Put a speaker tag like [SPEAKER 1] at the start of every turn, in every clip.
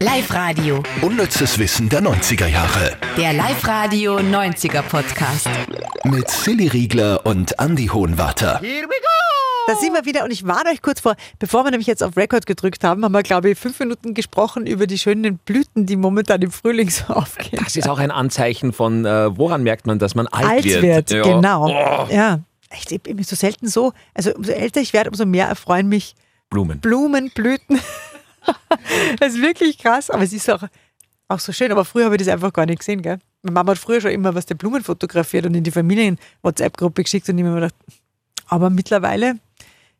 [SPEAKER 1] Live-Radio.
[SPEAKER 2] Unnützes Wissen der 90er Jahre.
[SPEAKER 1] Der Live-Radio 90er Podcast.
[SPEAKER 2] Mit Silly Riegler und Andy Hohenwarter.
[SPEAKER 3] Da sind wir wieder und ich warne euch kurz vor, bevor wir nämlich jetzt auf Record gedrückt haben, haben wir, glaube ich, fünf Minuten gesprochen über die schönen Blüten, die momentan im Frühling so aufgehen.
[SPEAKER 4] Das ist auch ein Anzeichen von, äh, woran merkt man, dass man alt,
[SPEAKER 3] Alt
[SPEAKER 4] wird.
[SPEAKER 3] wird,
[SPEAKER 4] Ja.
[SPEAKER 3] genau.
[SPEAKER 4] Oh,
[SPEAKER 3] Ja. Echt, ich bin mir so selten so. Also umso älter ich werde, umso mehr erfreuen mich
[SPEAKER 4] Blumen.
[SPEAKER 3] Blumen, Blüten. das ist wirklich krass, aber es ist auch, auch so schön. Aber früher habe ich das einfach gar nicht gesehen, gell? Meine Mama hat früher schon immer was der Blumen fotografiert und in die Familien-WhatsApp-Gruppe geschickt und ich hab mir gedacht, aber mittlerweile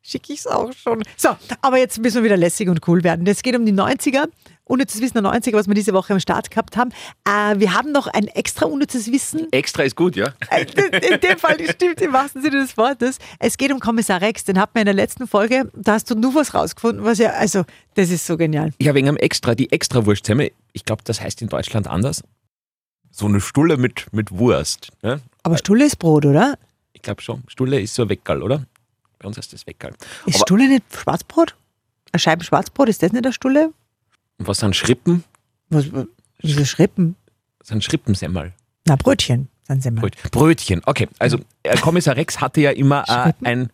[SPEAKER 3] schicke ich es auch schon. So, aber jetzt müssen wir wieder lässig und cool werden. Es geht um die 90er. Unnützes Wissen der 90er, was wir diese Woche am Start gehabt haben. Äh, wir haben noch ein extra unnützes Wissen.
[SPEAKER 4] Extra ist gut, ja?
[SPEAKER 3] Äh, In dem Fall stimmt im wahrsten Sinne des Wortes. Es geht um Kommissar Rex, den hat man in der letzten Folge, da hast du nur was rausgefunden, was ja, also, das ist so genial.
[SPEAKER 4] Ja, wegen am Extra, die Extra-Wursthemme. Ich glaube, das heißt in Deutschland anders. So eine Stulle mit, mit Wurst. Ne?
[SPEAKER 3] Aber Stulle ist Brot, oder?
[SPEAKER 4] Ich glaube schon. Stulle ist so ein Weckerl, oder? Bei uns heißt das Weckerl.
[SPEAKER 3] Ist
[SPEAKER 4] Aber-
[SPEAKER 3] Stulle nicht Schwarzbrot? Eine Scheibe Schwarzbrot, ist das nicht eine Stulle?
[SPEAKER 4] Und was sind Schrippen?
[SPEAKER 3] Was, was- wieso Schrippen?
[SPEAKER 4] Das sind Schrippensemmel.
[SPEAKER 3] Na, Brötchen, dann sind wir.
[SPEAKER 4] Bröt Brötchen. Okay, also äh, Kommissar Rex hatte ja immer äh,
[SPEAKER 3] Schrippen?
[SPEAKER 4] ein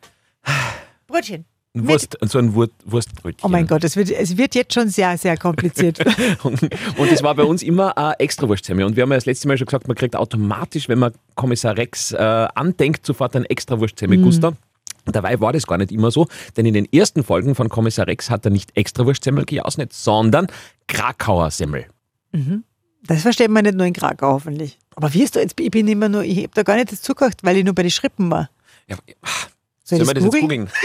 [SPEAKER 3] Brötchen.
[SPEAKER 4] Wurst, so ein Wur Wurstbrötchen.
[SPEAKER 3] Oh mein Gott, es wird, es wird jetzt schon sehr, sehr kompliziert.
[SPEAKER 4] Und es war bei uns immer äh, extra Wursthemme. Und wir haben ja das letzte Mal schon gesagt, man kriegt automatisch, wenn man Kommissar Rex äh, andenkt, sofort ein extra Wursthemme, Guster. Dabei war das gar nicht immer so, denn in den ersten Folgen von Kommissar Rex hat er nicht extra Wurstsemmel geausnet, sondern Krakauer Semmel.
[SPEAKER 3] Das versteht man nicht nur in Krakau hoffentlich. Aber wie ist du jetzt? Ich bin immer nur, ich habe da gar nicht dazu gekocht, weil ich nur bei den Schrippen war.
[SPEAKER 4] Ja, ah,
[SPEAKER 3] Soll ich
[SPEAKER 4] sollen wir das jetzt googeln?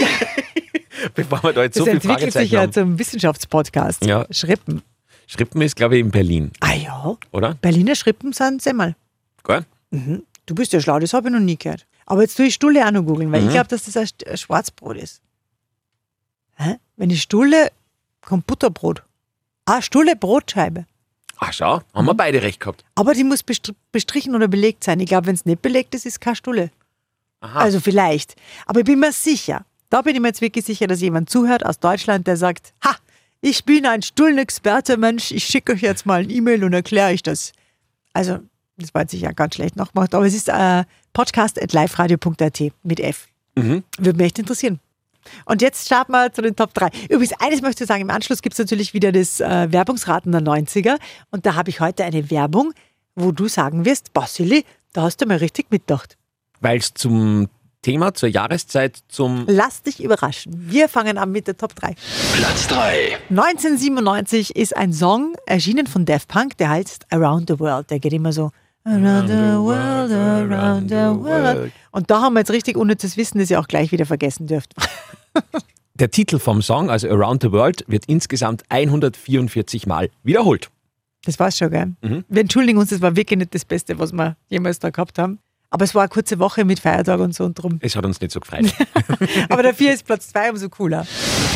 [SPEAKER 4] Bevor wir da jetzt so
[SPEAKER 3] das
[SPEAKER 4] viele
[SPEAKER 3] entwickelt sich
[SPEAKER 4] Fragezeichen
[SPEAKER 3] ja
[SPEAKER 4] haben.
[SPEAKER 3] zum Wissenschaftspodcast.
[SPEAKER 4] Ja.
[SPEAKER 3] Schrippen.
[SPEAKER 4] Schrippen ist, glaube ich, in Berlin,
[SPEAKER 3] Ah ja,
[SPEAKER 4] oder?
[SPEAKER 3] Berliner Schrippen sind Semmel.
[SPEAKER 4] Gell?
[SPEAKER 3] Du bist ja schlau, das habe ich noch nie gehört. Aber jetzt tue ich Stulle auch noch googeln, weil ich glaube, dass das ein St- ein Schwarzbrot ist. Hä? Wenn ich Stulle, kommt Butterbrot. Ah, Stulle, Brotscheibe.
[SPEAKER 4] Ach, Ah, schau, haben wir beide recht gehabt.
[SPEAKER 3] Aber die muss bestr- bestrichen oder belegt sein. Ich glaube, wenn es nicht belegt ist, ist keine Stulle.
[SPEAKER 4] Aha.
[SPEAKER 3] Also vielleicht. Aber ich bin mir sicher, da bin ich mir jetzt wirklich sicher, dass jemand zuhört aus Deutschland, der sagt, ha, ich bin ein Stullenexperte, Mensch, ich schicke euch jetzt mal ein E-Mail und erkläre euch das. Also, das war jetzt sicher ganz schlecht nachgemacht, aber es ist äh, podcast.liferadio.at mit F.
[SPEAKER 4] Mhm.
[SPEAKER 3] Würde mich echt interessieren. Und jetzt starten wir zu den Top 3. Übrigens, eines möchte ich sagen, im Anschluss gibt es natürlich wieder das äh, Werbungsraten der 90er. Und da habe ich heute eine Werbung, wo du sagen wirst, Basili, da hast du mal richtig mitgedacht.
[SPEAKER 4] Weil es zum Thema, zur Jahreszeit, zum
[SPEAKER 3] Lass dich überraschen. Wir fangen an mit der Top 3.
[SPEAKER 2] Platz 3.
[SPEAKER 3] 1997 ist ein Song erschienen von Daft Punk, der heißt Around the World. Der geht immer so Around the world, around the world. Und da haben wir jetzt richtig unnützes Wissen, das ihr auch gleich wieder vergessen dürft.
[SPEAKER 4] Der Titel vom Song, also Around the World, wird insgesamt 144 Mal wiederholt.
[SPEAKER 3] Das war's schon, gell? Wir entschuldigen uns, das war wirklich nicht das Beste, was wir jemals da gehabt haben. Aber es war eine kurze Woche mit Feiertag und so und drum.
[SPEAKER 4] Es hat uns nicht so gefreut.
[SPEAKER 3] Aber dafür ist Platz 2 umso cooler.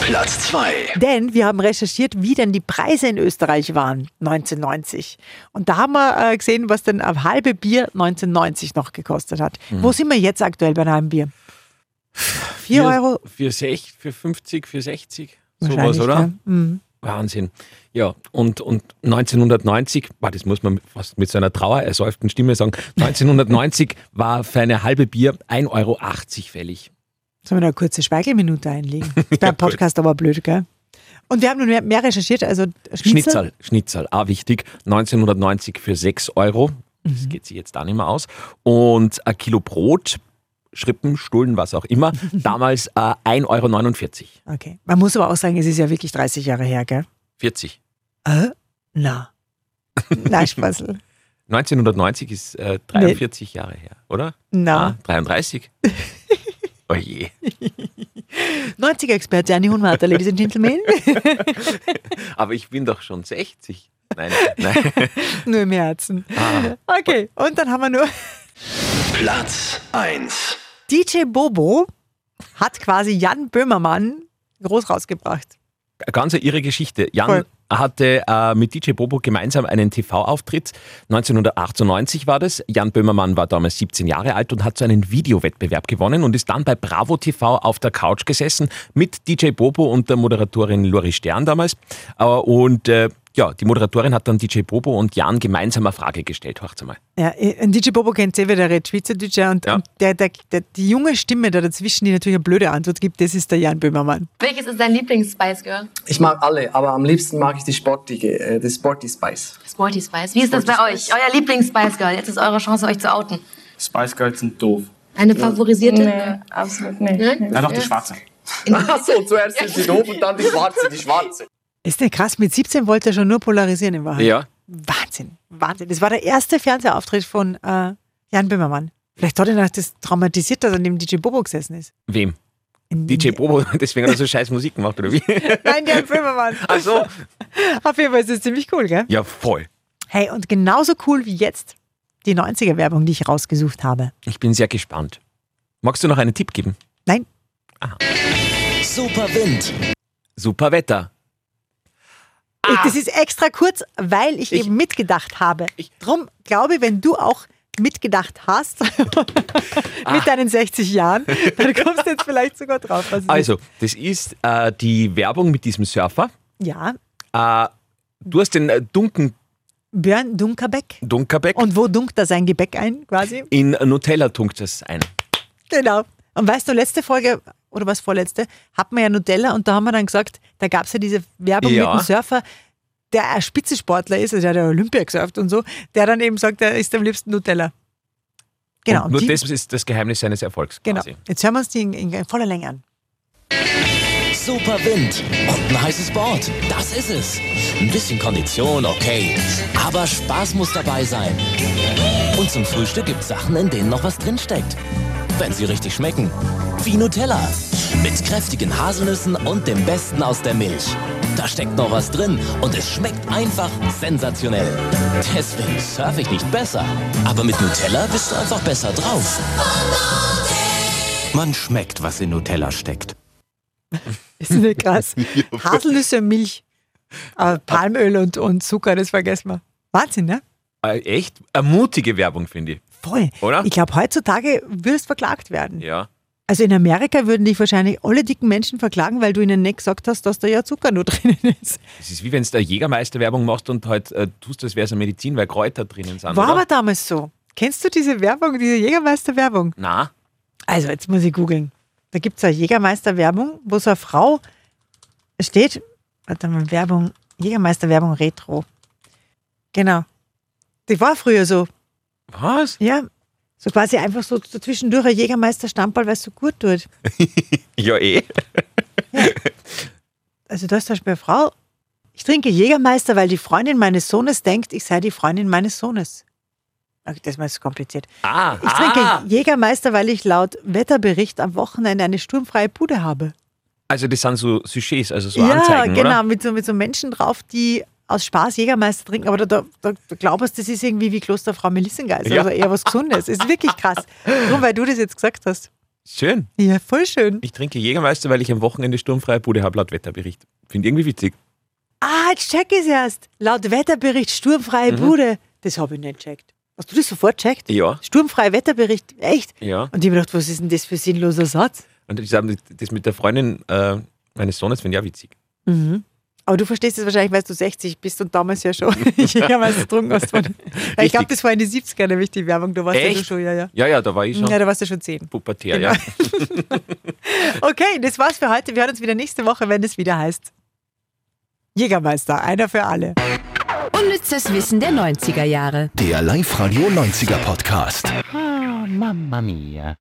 [SPEAKER 2] Platz 2.
[SPEAKER 3] Denn wir haben recherchiert, wie denn die Preise in Österreich waren 1990. Und da haben wir äh, gesehen, was denn ein halbe Bier 1990 noch gekostet hat.
[SPEAKER 4] Mhm.
[SPEAKER 3] Wo sind wir jetzt aktuell bei einem halben Bier? 4 Euro?
[SPEAKER 4] Für, sech, für 50, für 60,
[SPEAKER 3] Wahrscheinlich,
[SPEAKER 4] sowas, oder?
[SPEAKER 3] ne? Mhm.
[SPEAKER 4] Wahnsinn. Ja, und, und 1990, boah, das muss man fast mit so einer trauerersäuften Stimme sagen, 1990 war für eine halbe Bier 1,80 Euro fällig.
[SPEAKER 3] Sollen wir noch eine kurze Schweigeminute einlegen? Ist beim Podcast aber blöd, gell? Und wir haben nun mehr, mehr recherchiert, also Schnitzel.
[SPEAKER 4] Schnitzel, Schnitzel, ah wichtig, 1990 für 6 Euro, das geht sich jetzt da nicht mehr aus, und ein Kilo Brot, Schrippen, Stullen, was auch immer, damals äh, 1,49 Euro.
[SPEAKER 3] Okay. Man muss aber auch sagen, es ist ja wirklich 30 Jahre her, gell?
[SPEAKER 4] 40.
[SPEAKER 3] Äh? Na. Na, Spaßel.
[SPEAKER 4] 1990 ist äh, 43 Jahre her, oder?
[SPEAKER 3] Na.
[SPEAKER 4] Ah, 33? oh je.
[SPEAKER 3] 90er-Experte, Anni Hohenwarter, Ladies and Gentlemen.
[SPEAKER 4] Aber ich bin doch schon 60. Nein, nein.
[SPEAKER 3] Nur im Herzen.
[SPEAKER 4] Ah.
[SPEAKER 3] Okay, und dann haben wir nur.
[SPEAKER 2] Platz 1.
[SPEAKER 3] DJ Bobo hat quasi Jan Böhmermann groß rausgebracht.
[SPEAKER 4] Eine ganz irre Geschichte. Jan
[SPEAKER 3] Voll.
[SPEAKER 4] hatte äh, mit DJ Bobo gemeinsam einen TV-Auftritt. 1998 war das. Jan Böhmermann war damals 17 Jahre alt und hat so einen Videowettbewerb gewonnen und ist dann bei Bravo TV auf der Couch gesessen mit DJ Bobo und der Moderatorin Lori Stern damals. Äh, und äh, ja, die Moderatorin hat dann DJ Bobo und Jan gemeinsam eine Frage gestellt. Hört's mal.
[SPEAKER 3] Ja, ein DJ Bobo kennt eh wieder Red Schweizer DJ und,
[SPEAKER 4] Ja.
[SPEAKER 3] und der, der, der, die junge Stimme da dazwischen, die natürlich eine blöde Antwort gibt, das ist der Jan Böhmermann.
[SPEAKER 5] Welches ist dein Lieblings-Spice Girl?
[SPEAKER 6] Ich mag alle, aber am liebsten mag ich die sportige, äh, die Sporty Spice.
[SPEAKER 5] Sporty Spice. Wie ist das bei euch? Euer Lieblings-Spice Girl. Jetzt ist eure Chance, euch zu outen.
[SPEAKER 7] Spice Girls sind doof.
[SPEAKER 5] Eine favorisierte? ne?
[SPEAKER 8] Nee, absolut nicht.
[SPEAKER 5] Nein?
[SPEAKER 7] Na doch, die schwarze.
[SPEAKER 6] Ach so, zuerst sind die doof und dann die schwarze, die schwarze.
[SPEAKER 3] Ist der krass, mit 17 wollte er schon nur polarisieren in Wahrheit.
[SPEAKER 4] Ja.
[SPEAKER 3] Wahnsinn, Wahnsinn. Das war der erste Fernsehauftritt von äh, Jan Böhmermann. Vielleicht hat ihn auch das traumatisiert, dass er neben DJ Bobo gesessen ist.
[SPEAKER 4] Wem?
[SPEAKER 3] In-
[SPEAKER 4] DJ Bobo, deswegen hat er so scheiß Musik gemacht, oder wie?
[SPEAKER 3] Nein, Jan Böhmermann.
[SPEAKER 4] Ach so.
[SPEAKER 3] Auf jeden Fall ist das ziemlich cool, gell?
[SPEAKER 4] Ja, voll.
[SPEAKER 3] Hey, und genauso cool wie jetzt die 90er-Werbung, die ich rausgesucht habe.
[SPEAKER 4] Ich bin sehr gespannt. Magst du noch einen Tipp geben?
[SPEAKER 3] Nein,
[SPEAKER 2] Super Wind.
[SPEAKER 4] Super Wetter.
[SPEAKER 3] ich, das ist extra kurz, weil Ah. ich, eben mitgedacht habe. Drum glaube, wenn du auch mitgedacht hast mit deinen 60 Jahren, dann kommst du jetzt vielleicht sogar drauf. was es ist.
[SPEAKER 4] Also, das ist äh, die Werbung mit diesem Surfer.
[SPEAKER 3] Ja,
[SPEAKER 4] Äh, du hast den äh, dunklen
[SPEAKER 3] Björn Dunkerbeck.
[SPEAKER 4] Dunkerbeck.
[SPEAKER 3] Und wo dunkt er sein Gebäck ein, quasi?
[SPEAKER 4] in Nutella tunkt es ein.
[SPEAKER 3] Genau. Und weißt du, letzte Folge oder was vorletzte, hatten wir ja Nutella und da haben wir dann gesagt, da gab es ja diese Werbung
[SPEAKER 4] Ja.
[SPEAKER 3] mit dem Surfer, der ein Spitzensportler ist, also der hat ja Olympia gesurft und so, der dann eben sagt, er isst am liebsten Nutella. Genau.
[SPEAKER 4] Und nur
[SPEAKER 3] die-
[SPEAKER 4] das ist das Geheimnis seines Erfolgs.
[SPEAKER 3] genau.
[SPEAKER 4] Quasi.
[SPEAKER 3] Jetzt hören wir uns die in, in voller Länge an.
[SPEAKER 9] Super Wind und ein heißes Board. Das ist es. Ein bisschen Kondition, okay. Aber Spaß muss dabei sein. Und zum Frühstück gibt's Sachen, in denen noch was drinsteckt. Wenn sie richtig schmecken. Wie Nutella. Mit kräftigen Haselnüssen und dem Besten aus der Milch. Da steckt noch was drin und es schmeckt einfach sensationell. Deswegen surfe ich nicht besser. Aber mit Nutella bist du einfach besser drauf.
[SPEAKER 10] Man schmeckt, was in Nutella steckt.
[SPEAKER 3] Ist das nicht krass? Haselnüsse und Milch, aber Palmöl und, und Zucker, das vergessen wir. Wahnsinn, ne?
[SPEAKER 4] Äh, echt eine mutige Werbung, finde ich.
[SPEAKER 3] Voll.
[SPEAKER 4] Oder?
[SPEAKER 3] Ich glaube, heutzutage würdest verklagt werden.
[SPEAKER 4] Ja.
[SPEAKER 3] Also in Amerika würden dich wahrscheinlich alle dicken Menschen verklagen, weil du ihnen nicht gesagt hast, dass da ja Zucker nur drinnen ist.
[SPEAKER 4] Es ist wie wenn du eine Jägermeister-Werbung machst und halt äh, tust, als wäre es eine Medizin, weil Kräuter drinnen sind.
[SPEAKER 3] War aber
[SPEAKER 4] oder?
[SPEAKER 3] damals so. Kennst du diese Werbung, diese Jägermeister-Werbung?
[SPEAKER 4] Na,
[SPEAKER 3] Also, jetzt muss ich googeln. Da gibt es eine Jägermeister-Werbung, wo so eine Frau steht. Warte mal, Werbung, Jägermeister-Werbung Retro. Genau. Die war früher so.
[SPEAKER 4] was?
[SPEAKER 3] Ja. So quasi einfach so zwischendurch ein Jägermeister-Stammball, weil es so gut tut.
[SPEAKER 4] Ja, eh.
[SPEAKER 3] also da ist zum Beispiel eine Frau, ich trinke Jägermeister, weil die Freundin meines Sohnes denkt, ich sei die Freundin meines Sohnes. Okay, das war jetzt kompliziert.
[SPEAKER 4] Ah,
[SPEAKER 3] Ich trinke
[SPEAKER 4] ah.
[SPEAKER 3] Jägermeister, weil ich laut Wetterbericht am Wochenende eine sturmfreie Bude habe.
[SPEAKER 4] Also, das sind so Sujets, also so
[SPEAKER 3] ja,
[SPEAKER 4] Anzeigen.
[SPEAKER 3] genau,
[SPEAKER 4] Oder?
[SPEAKER 3] Mit, so, mit so Menschen drauf, die aus Spaß Jägermeister trinken, aber da, da, da glaubst du, das ist irgendwie wie Klosterfrau Melissengeist,
[SPEAKER 4] Ja.
[SPEAKER 3] also eher was Gesundes. Ist wirklich krass. Nur weil du das jetzt gesagt hast.
[SPEAKER 4] Schön.
[SPEAKER 3] Ja, voll schön.
[SPEAKER 4] Ich trinke Jägermeister, weil ich am Wochenende sturmfreie Bude habe, laut Wetterbericht. Finde irgendwie witzig.
[SPEAKER 3] Ah, jetzt check ich es erst. Laut Wetterbericht
[SPEAKER 4] Mhm.
[SPEAKER 3] sturmfreie Bude. Das habe ich nicht checkt. Hast du das sofort checkt?
[SPEAKER 4] Ja.
[SPEAKER 3] Sturmfreier Wetterbericht, echt?
[SPEAKER 4] Ja.
[SPEAKER 3] Und ich habe gedacht, was ist denn das für ein sinnloser Satz?
[SPEAKER 4] Und die sagen, das mit der Freundin äh, meines Sohnes finde ich auch witzig.
[SPEAKER 3] Aber du verstehst es wahrscheinlich, weil du 60 bist und damals ja schon Jägermeister getrunken hast. Von, Ja, ich glaube, das war in den 70er nämlich die Werbung. Du warst ja du
[SPEAKER 4] Echt?
[SPEAKER 3] schon, ja, ja.
[SPEAKER 4] Ja, ja, da war ich schon
[SPEAKER 3] Ja, da Genau. warst du schon 10.
[SPEAKER 4] pubertär, ja.
[SPEAKER 3] Okay, das war's für heute. Wir hören uns wieder nächste Woche, wenn es wieder heißt Jägermeister, einer für alle.
[SPEAKER 1] Unnützes Wissen der 90er Jahre.
[SPEAKER 2] Der Live-Radio 90er Podcast.
[SPEAKER 10] Mamma mia.